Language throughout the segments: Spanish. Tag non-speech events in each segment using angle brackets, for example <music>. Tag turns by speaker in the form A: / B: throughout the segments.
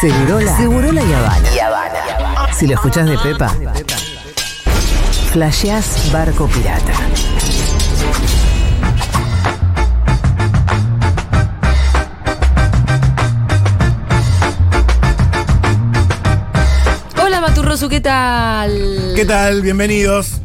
A: Segurola. Segurola y Habana. Si lo escuchás de Pepa, flasheás barco pirata.
B: Hola Maturrosu, ¿qué tal?
C: ¿Qué tal? Bienvenidos.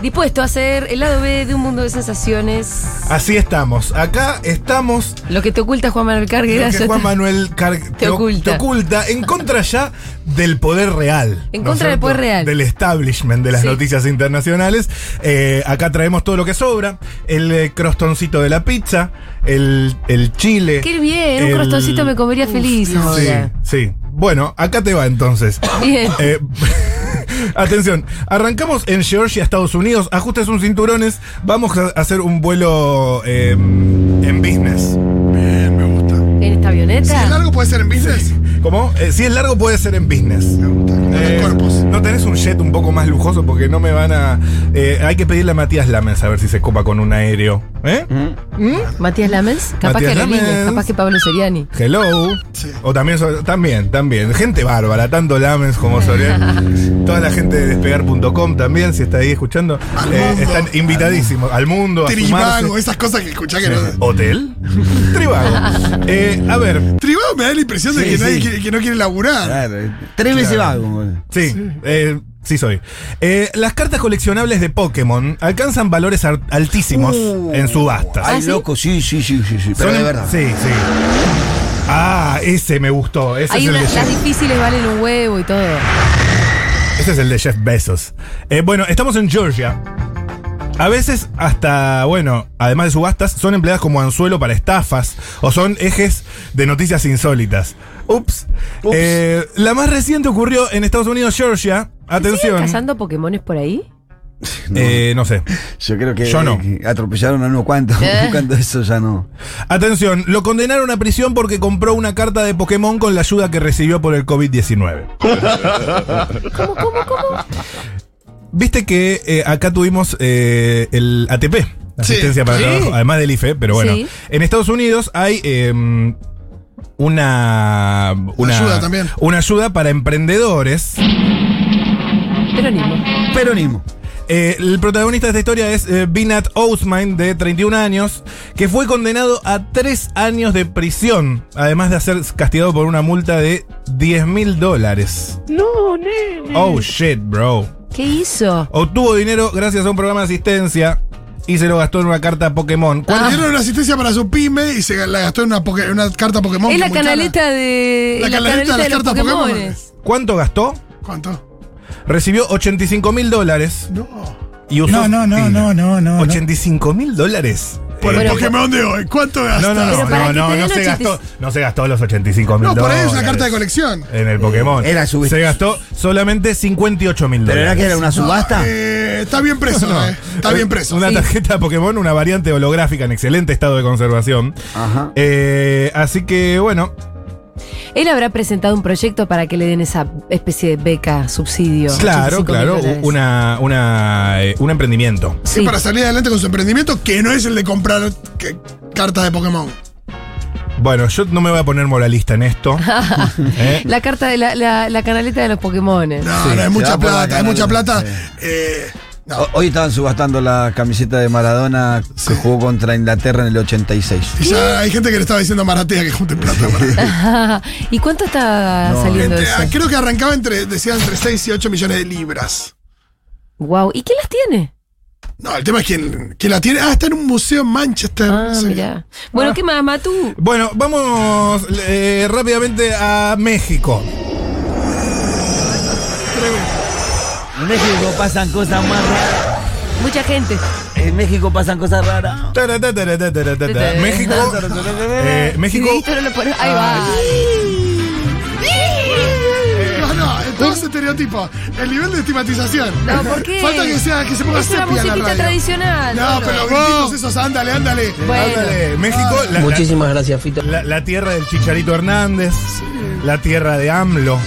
B: Dispuesto a hacer el lado B de un mundo de sensaciones.
C: Así estamos. Acá estamos.
B: Lo que te oculta Juan Manuel
C: Lo
B: Carguera.
C: que
B: yo
C: Juan
B: te-
C: Manuel Car-
B: Te
C: o-
B: oculta.
C: te oculta, En contra ya del poder real.
B: En
C: ¿no
B: contra del
C: cierto?
B: poder real.
C: Del establishment de las
B: Sí.
C: noticias internacionales. Eh, acá traemos todo lo que sobra. El eh, crostoncito de la pizza. El, el chile.
B: Qué bien, un
C: el-
B: crostoncito me comería feliz
C: Sí,
B: ahora.
C: sí. Bueno, acá te va entonces.
B: Bien.
C: Eh, <laughs> atención, arrancamos en Georgia, Estados Unidos. Ajustes sus cinturones. Vamos a hacer un vuelo eh, en business.
D: Bien, me gusta.
B: ¿En esta
D: Si
B: avioneta?
D: es largo puede ser en business.
C: ¿Cómo? Eh, si es largo, puede ser en business.
D: Me gusta. No
C: Eh,
D: hay cuerpos.
C: ¿No tenés un jet un poco más lujoso? Porque no me van a. eh, hay que pedirle a Matías Lamens a ver si se copa con un aéreo. ¿Eh?
D: Mm.
B: ¿Mm? Matías Lamens, capaz
C: Matías
B: que Aerolíneas,
C: Lamens.
B: capaz que Pablo Seriani.
C: Hello.
D: Sí.
C: O también, so- también, también. Gente bárbara, tanto Lamens como
D: <laughs>
C: Soler. Toda la gente de despegar.com también, si está ahí escuchando.
D: Al
C: eh,
D: mundo.
C: están invitadísimos al mundo. a
D: Tribago,
C: sumarse.
D: esas cosas que escuchá que no.
C: ¿Hotel? Tribago. Eh, a ver,
D: Tribago me da la impresión de
E: Sí,
D: que nadie
E: sí.
D: quiere, que no quiere laburar.
E: Claro, tres veces vago.
C: Sí, eh, sí soy. Eh, las cartas coleccionables de Pokémon alcanzan valores ar- altísimos
E: Uh,
C: en subastas.
E: Ay,
B: ¿Ah, sí?
E: loco, sí, sí, sí, sí, sí. Pero
C: Son-
E: de verdad.
C: Sí, sí. Ah, ese me gustó. Ese,
B: Hay
C: es el,
B: unas,
C: de
B: las
C: Jeff,
B: difíciles valen un huevo y todo.
C: ese es el de Jeff Bezos. Eh, bueno, estamos en Georgia. A veces hasta, bueno, además de subastas, son empleadas como anzuelo para estafas o son ejes de noticias insólitas. Ups.
E: Ups.
C: Eh, la más reciente ocurrió en Estados Unidos, Georgia.
B: ¿Siguen
C: Atención.
B: cazando Pokémones por ahí?
C: Eh, no sé.
E: Yo creo que,
C: Yo no.
E: que atropellaron a unos cuantos.
B: Eh.
E: <laughs> Cuando eso ya no.
C: Atención, lo condenaron a prisión porque compró una carta de Pokémon con la ayuda que recibió por el COVID-19. ¿Cómo, cómo, cómo? Viste que eh, acá tuvimos eh, el ATP, Asistencia para el
D: Sí.
C: Trabajo, además del IFE, pero bueno.
B: Sí.
C: En Estados Unidos hay eh, una, una,
D: Ayuda también.
C: una ayuda para emprendedores.
B: Peronismo.
E: Peronismo.
C: Eh, el protagonista de esta historia es eh, Binat Ousmane, de 31 años, que fue condenado a tres años de prisión, además de ser castigado por una multa de 10 mil dólares. No, nene. Oh, shit, bro.
B: ¿Qué hizo?
C: Obtuvo dinero gracias a un programa de asistencia y se lo gastó en una carta a Pokémon. ¿Cuál-
B: Ah.
D: Le dieron una asistencia para su pyme y se la gastó en una, poke- en una carta Pokémon. que
B: Es la
D: muy cara.
B: canaleta de.
D: La canaleta de
B: los
D: las cartas Pokémon.
B: Pokémones.
C: ¿Cuánto gastó?
D: ¿Cuánto?
C: Recibió 85 mil dólares
D: No.
C: y usó...
F: No, no, no, no, no, no.
C: 85 mil dólares.
D: Por el
C: Eh,
D: Pokémon de hoy, ¿cuánto
C: No, no,
D: gastaste?
C: no,
B: Pero para
C: no,
B: que
C: no,
B: te den
C: no se
B: 80
C: gastó, no se gastó los 85 mil
D: No, por ahí es una
C: dólares
D: carta de colección.
C: En el Pokémon.
E: Eh, Era su-
C: se gastó solamente 58 mil
E: ¿Pero
C: dólares.
E: era que era una subasta?
D: Eh, está bien preso,
E: <laughs>
D: eh. Está bien preso.
C: Una tarjeta de Pokémon, una variante holográfica en excelente estado de conservación.
E: Ajá.
C: Eh, así que, bueno,
B: Él habrá presentado un proyecto para que le den esa especie de beca, subsidio.
C: claro,
B: 85.000
C: claro,
B: dólares.
C: una, una, eh, un emprendimiento.
D: Sí,
B: Sí.
D: para salir adelante con su emprendimiento, que no es el de comprar que- cartas de Pokémon.
C: Bueno, yo no me voy a poner moralista en
E: <laughs>
C: esto. Eh,
B: La carta de la, la- la canaleta de los Pokémones.
D: No,
E: Sí,
D: no,
E: se
D: hay mucha
E: va por la
D: plata, hay
E: cara
D: mucha
E: de-
D: plata.
E: sí. Oh.
D: Eh, no.
E: O- Hoy estaban subastando la camiseta de Maradona que
D: Sí.
E: jugó contra Inglaterra en el 86.
D: Y ya hay gente que le estaba diciendo a Maratea que junten plata. para-
B: Ah, ¿Y cuánto está
E: No,
B: saliendo
D: Entre-
B: eso?
D: ah, creo que arrancaba entre, decían, entre 6 y 8 millones de libras.
B: Wow. ¿Y quién las tiene?
D: No, el tema es quién, quién la tiene. Ah, está en un museo en Manchester.
B: Ah,
D: Sí.
B: mirá. Bueno, ¿qué más, Matú?
C: bueno, vamos eh, rápidamente a México.
E: En México pasan cosas más raras.
B: Mucha gente.
E: En México pasan cosas raras.
C: Tara, tara, tara, tara, tara.
E: <laughs>
C: México. eh, México.
B: Si Dieguito no lo pone- Ahí va.
D: No, no, es todo ese estereotipo. El nivel de estigmatización.
B: No, ¿por qué?
D: Falta que sea, que se ponga
B: Es una
D: sepia la
B: musiquita
D: radio.
B: tradicional.
D: No, pero los grititos esos, ándale, ándale.
B: Bueno.
C: Ándale, México, la, la-
G: Muchísimas gracias, Fito.
C: la- la tierra del Chicharito Hernández, la tierra de AMLO,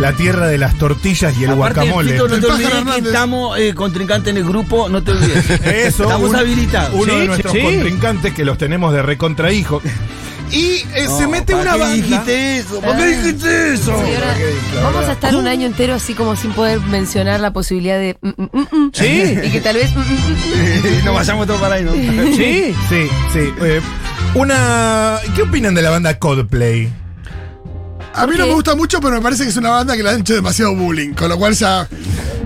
C: la tierra de las tortillas y el
G: Aparte,
C: guacamole.
G: Fito, no
D: El
G: te
D: pájaro
G: olvides que
D: Hernández.
G: estamos eh, contrincantes en el grupo, no te <laughs> olvides.
C: Eso,
G: estamos
C: un-
G: habilitados.
C: Uno
G: Sí,
C: de nuestros
G: sí.
C: contrincantes que los tenemos de recontrahijo. Y eh, se
G: No,
C: mete
G: ¿para
C: una
G: qué
C: banda.
G: dijiste eso? ¿Por qué
B: Ah.
G: dijiste eso?
B: Y ahora vamos a estar un año entero así como sin poder mencionar la posibilidad de. mm, mm, mm, mm.
C: Sí.
B: Y que tal vez. mm, mm, mm, mm.
G: no vayamos todos para ahí, ¿no?
C: Sí, sí, sí. Eh, una. ¿Qué opinan de la banda Coldplay?
D: A mí no
B: Ok.
D: me gusta mucho, pero me parece que es una banda que le han hecho demasiado bullying, con lo cual ya.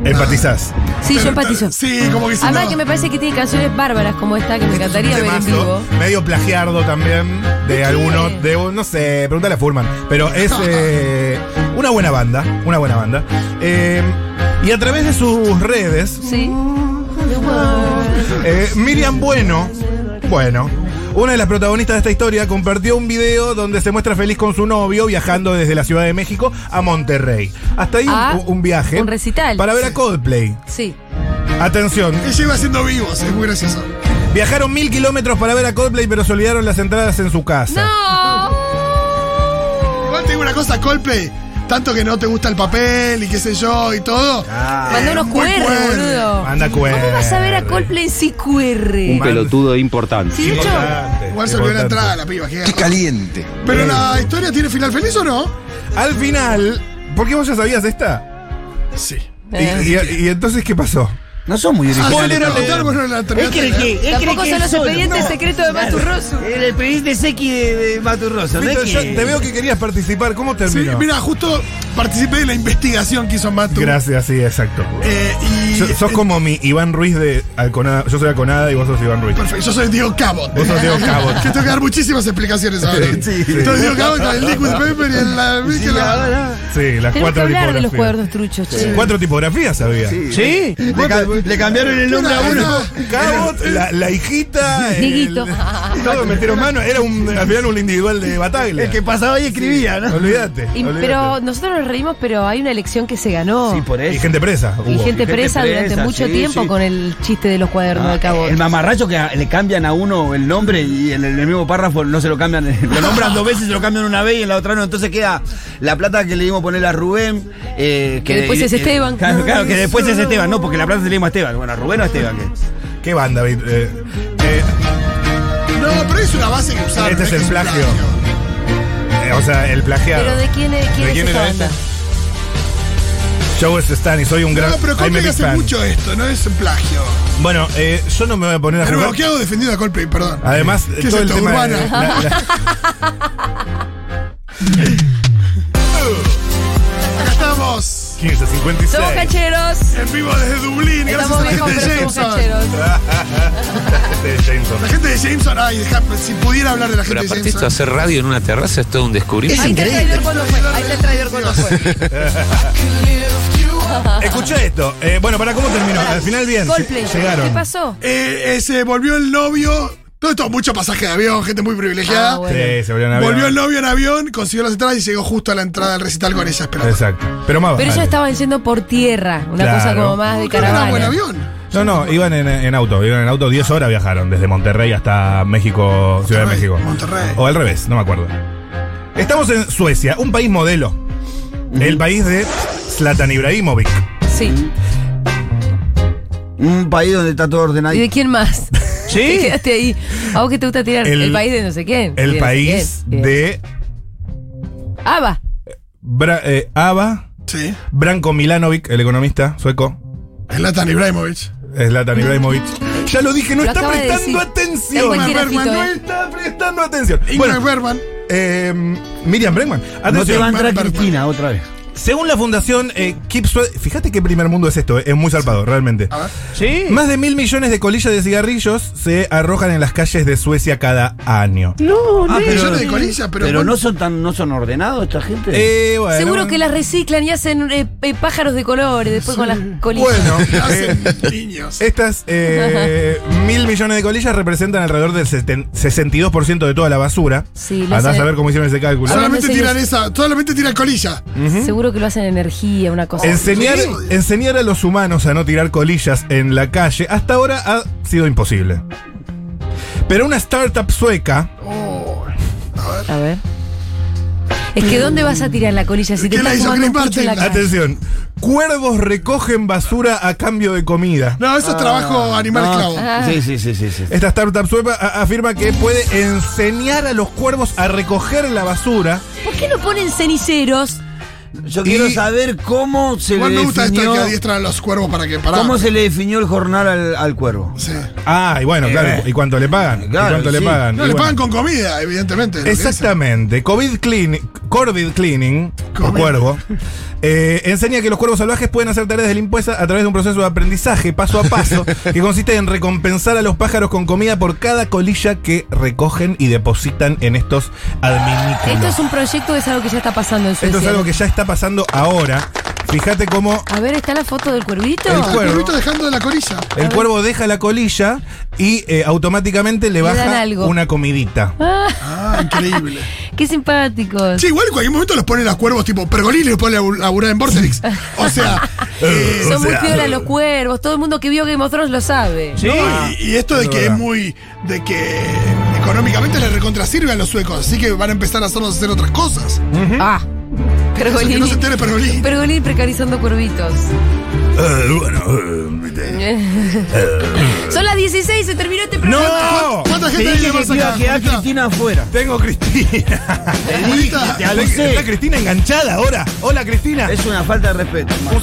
C: Empatizás.
B: Sí, yo empatizo.
D: Sí, como que sí.
B: Además
D: no.
B: que me parece que tiene canciones bárbaras como esta que me encantaría ver en
C: Temazo,
B: vivo.
C: medio plagiardo también de
B: qué?
C: algunos, de un- no sé, pregúntale a Furman. Pero
B: <laughs>
C: es eh, una buena banda, una buena banda. Eh, y a través de sus redes,
B: Sí.
C: eh, Miriam Bueno, bueno, una de las protagonistas de esta historia, compartió un video donde se muestra feliz con su novio viajando desde la Ciudad de México a Monterrey. Hasta ahí un-
B: Ah,
C: un, viaje.
B: un recital.
C: Para ver a Coldplay.
B: Sí.
C: Atención,
D: Ella iba haciendo vivos, es muy gracioso.
C: viajaron mil kilómetros para ver a Coldplay, pero se olvidaron las entradas en su casa.
B: ¡No!
D: Igual te digo una cosa, Coldplay. Tanto que no te gusta el papel y qué sé yo y todo.
C: Ah.
B: Mandó unos
D: muy
B: QR,
D: QR.
B: boludo.
C: Anda
B: ¿Cómo vas a ver a Coldplay sin QR?
F: Un pelotudo e importante.
B: Sí, de hecho,
D: Igual se olvidó la entrada la piba, qué garra.
E: caliente.
D: Pero la historia tiene final feliz o no?
C: Al final, ¿por qué vos ya sabías esta?
D: Sí.
C: Y-
B: Eh.
C: Y, y entonces qué pasó?
E: No son muy
D: Ah,
E: originales.
D: no,
E: tampoco.
D: no, no, la
G: Él cree
D: terminaste.
G: que. Él
B: Tampoco
G: cree que
B: son
G: él
B: los
G: solo,
B: expedientes
G: no.
B: secretos de Maturroso.
G: El expediente Seki de, de Maturroso. ¿no es
C: Víctor, yo
G: que-
C: te veo que querías participar, ¿cómo
D: Sí,
C: terminó?
D: mira, justo participé de la investigación que hizo Matu.
C: Gracias, sí, exacto.
D: Eh, y,
C: So- sos como mi Iván Ruiz de Alconada. Yo soy Alconada y vos sos Iván Ruiz.
D: Perfecto, yo soy Diego Cabot.
C: Vos sos Diego Cabot.
D: Que tengo que dar muchísimas explicaciones ahora.
C: Sí.
D: Entonces Diego Cabot con el liquid paper y el... La,
G: Sí, la verdad.
C: Sí, las
B: Tenemos que
C: cuatro
B: hablar de los
C: tipografías.
B: cuadernos truchos, che.
C: Cuatro tipografías había.
G: Sí. Le, ca- le cambiaron el nombre a uno.
C: Cabot, la, la hijita. el-
B: Dieguito.
C: <laughs> Todos metieron mano. Era un, al final un individual de Bataglia.
G: El que pasaba y escribía, ¿no?
C: Olvídate.
B: Y-
C: olvídate.
B: pero nosotros nos reímos, pero hay una elección que se ganó.
G: Sí, por
C: Y
G: eso.
C: gente presa.
B: y gente
C: hubo.
G: gente
B: presa durante
G: presa,
B: mucho
G: sí,
B: tiempo
G: sí.
B: con el chiste de los cuadernos
G: Ah,
B: de Cabot.
G: El mamarracho que a- le cambian a uno el nombre y en el, el mismo párrafo no se lo cambian, <laughs> lo nombran dos veces, se lo cambian una vez y en la otra no. Entonces queda la plata que le dimos poner a Rubén. eh,
B: Que después es
G: eh,
B: Esteban.
G: Claro, claro,
B: <laughs>
G: que después es Esteban, no, porque la plata se le dimos a Esteban. Bueno, a Rubén o a Esteban. que-
C: ¿Qué banda, David? Eh, eh,
D: No, pero es una base que usaron.
C: Este
D: no
C: es
D: que
C: el plagio. eh, o sea, el plagiado.
B: pero ¿de quién es, quién
C: ¿De
B: es
C: quién
B: esta
C: era
B: banda?
C: Yo es Stan y soy un gran.
D: No, pero
C: I'm a
D: Coldplay
C: big
D: hace
C: fan.
D: mucho esto, no es un plagio.
C: Bueno, eh, yo no me voy a poner a
D: Pero
C: jugar.
D: ¿qué hago defendiendo a Coldplay? Perdón.
C: Además,
D: ¿Qué
C: eh,
D: es
C: todo el
D: esto,
C: tema.
D: Urbana?
C: eh,
B: <laughs>
C: la- la-
D: Acá estamos.
C: 15, 56.
B: Somos cacheros.
D: En vivo desde Dublín,
B: Estamos
D: gracias a
B: viejos,
D: la gente
B: pero
D: de
B: somos
D: Jameson.
B: cacheros.
C: Este
B: <laughs>
C: es Jameson.
D: La gente de Jameson, ay, deja- si pudiera hablar de la
H: Pero
D: gente de
H: aparte esto,
D: Jameson.
H: hacer radio en una terraza es todo un descubrimiento.
B: Ahí está el traidor cuando fue. Ahí está el traidor cuando fue.
C: Escucha esto. Eh, bueno, ¿para cómo terminó? Al final, bien.
B: Coldplay.
C: Llegaron.
B: ¿Qué pasó?
D: Eh, eh, se volvió el novio. Todo esto, mucho pasaje de avión, gente muy privilegiada.
B: Ah, bueno.
C: Sí, se volvieron a
D: Volvió el novio en avión, consiguió las entradas y llegó justo a la entrada del recital con ella esperando.
C: Exacto. Pero más
B: Pero
C: vale.
B: ellos estaban yendo por tierra, una
C: Claro.
B: cosa como más de
D: Creo que era un buen
B: caravana.
D: avión.
C: No, no, iban en, en auto. Iban en auto 10 horas viajaron desde Monterrey hasta México, Ciudad de
D: Monterrey,
C: México.
D: Monterrey.
C: O al revés, no me acuerdo. Estamos en Suecia, un país modelo. El país de Zlatan Ibrahimovic.
B: Sí.
E: Un país donde está todo ordenado.
B: ¿Y de quién
C: <laughs>
B: más? <laughs> Te quedaste ahí. A vos que te gusta tirar el,
C: El-
B: país de no sé Ah, quién.
C: El país de
B: Ava.
C: Bra eh, Ava,
D: Sí.
C: Branko Milanovic, el economista sueco.
D: Zlatan Ibrahimovic.
C: Zlatan Ibrahimovic. Ya lo dije, no
B: Lo
C: está
B: acaba de
C: prestando
B: decir. Es
C: atención.
B: cualquiera, Fito,
C: no
B: eh.
C: está prestando atención.
D: Ingmar
C: Bueno,
D: Bergman.
C: eh, Miriam Bregman.
E: No te
C: atención.
E: va a entrar
D: Mar- Mar-
E: Cristina otra vez.
C: Según la fundación eh, Keep Swe- fíjate qué primer mundo es esto, eh, es muy zarpado, realmente.
D: A ver.
G: Sí.
C: Más de mil millones de colillas de cigarrillos se arrojan en las calles de Suecia cada año.
E: Ah,
D: yo de colilla, pero
E: pero
D: bueno.
E: no son tan, no son ordenados esta gente.
C: Eh, bueno,
B: Seguro
C: bueno.
B: que las reciclan y hacen eh, eh, pájaros de colores después con las colillas.
C: Bueno, eh,
D: Hacen niños.
C: estas
B: <laughs>
C: eh, mil millones de colillas representan alrededor del seten- 62% de toda la basura.
B: Sí, lo
C: Andás
B: sé.
C: a ver cómo hicieron ese cálculo.
B: Ahora-
D: Solamente
B: no sé
D: tiran
B: los-
D: esa, solamente tiran colilla.
B: Seguro que lo hacen energía, una cosa.
C: Enseñar,
D: Sí.
C: enseñar a los humanos a no tirar colillas en la calle hasta ahora ha sido imposible. Pero una startup sueca
B: A ver. Es que ¿dónde vas a tirar la colilla si te
D: ¿Qué la
B: estás
D: hizo
B: fumando un
D: Chris
B: pucho en la
D: Martin?
B: calle?
C: Atención. Cuervos recogen basura a cambio de comida.
D: No, eso es trabajo animal
G: Ah, No,
E: Ah,
D: esclavo.
G: Sí, sí, sí, sí. sí.
C: Esta startup sueca a- afirma que puede enseñar a los cuervos a recoger la basura.
B: ¿Por qué no ponen ceniceros?
G: Yo quiero
C: Y-
G: saber cómo se
D: Eh, Igual
G: le
D: me gusta esto de
G: definió.
D: que adiestran a los cuervos para que pará.
G: ¿Cómo se le definió el jornal al, al cuervo?
D: Sí.
C: Ah, y bueno, claro. ¿Y cuánto le pagan?
G: Claro,
C: ¿Y cuánto le
G: sí.
C: pagan?
D: Eh. No,
C: Y
D: le
C: bueno.
D: pagan con comida, evidentemente. es lo que
C: Exactamente. COVID cleaning, COVID cleaning, o
D: Covid.
C: cuervo, eh, enseña que los cuervos salvajes pueden hacer tareas de limpieza a través de un proceso de aprendizaje paso
B: <laughs>
C: a paso que consiste en recompensar a los pájaros con comida por cada colilla que recogen y depositan en estos
B: Esto
C: adminículos.
B: es un proyecto, es algo que ya está pasando en Suecia.
C: Esto es algo que ya está pasando ahora. Fíjate cómo
B: A ver, ¿está la foto del cuervito?
C: El
D: dicen.
C: cuervo.
D: Ah, El cuervito dejando la colilla.
C: el cuervo deja la colilla y eh, automáticamente le
B: Le dan
C: baja
B: algo.
C: una comidita.
D: Ah, increíble.
B: Qué simpáticos.
D: Sí, igual en cualquier momento los ponen los cuervos tipo pergolini y los ponen a labu- laburar en Vortex. O sea, eh,
B: Son muy piola los cuervos. Todo el mundo que vio Game of Thrones lo sabe.
D: ¿no? y, y esto de que es muy. de que económicamente le recontra sirve a los suecos, así que van a empezar a hacernos hacer otras cosas.
B: Ah.
D: O sea, que
B: Pergolini.
D: no se entere pergolini.
B: Pergolini precarizando cuervitos.
D: Eh,
B: <laughs> Son las 16, se terminó este programa.
C: ¡No!
D: ¿Cuánta
G: Te
D: gente hay
G: dije
D: en
G: que
D: el
G: te iba a quedar
D: Barça acá?
G: Cristina afuera.
C: Tengo Cristina.
G: Te dije, te
C: Está- <laughs>
G: avisé.
C: Está Cristina enganchada ahora. Hola Cristina.
G: Es una falta de respeto. hermano.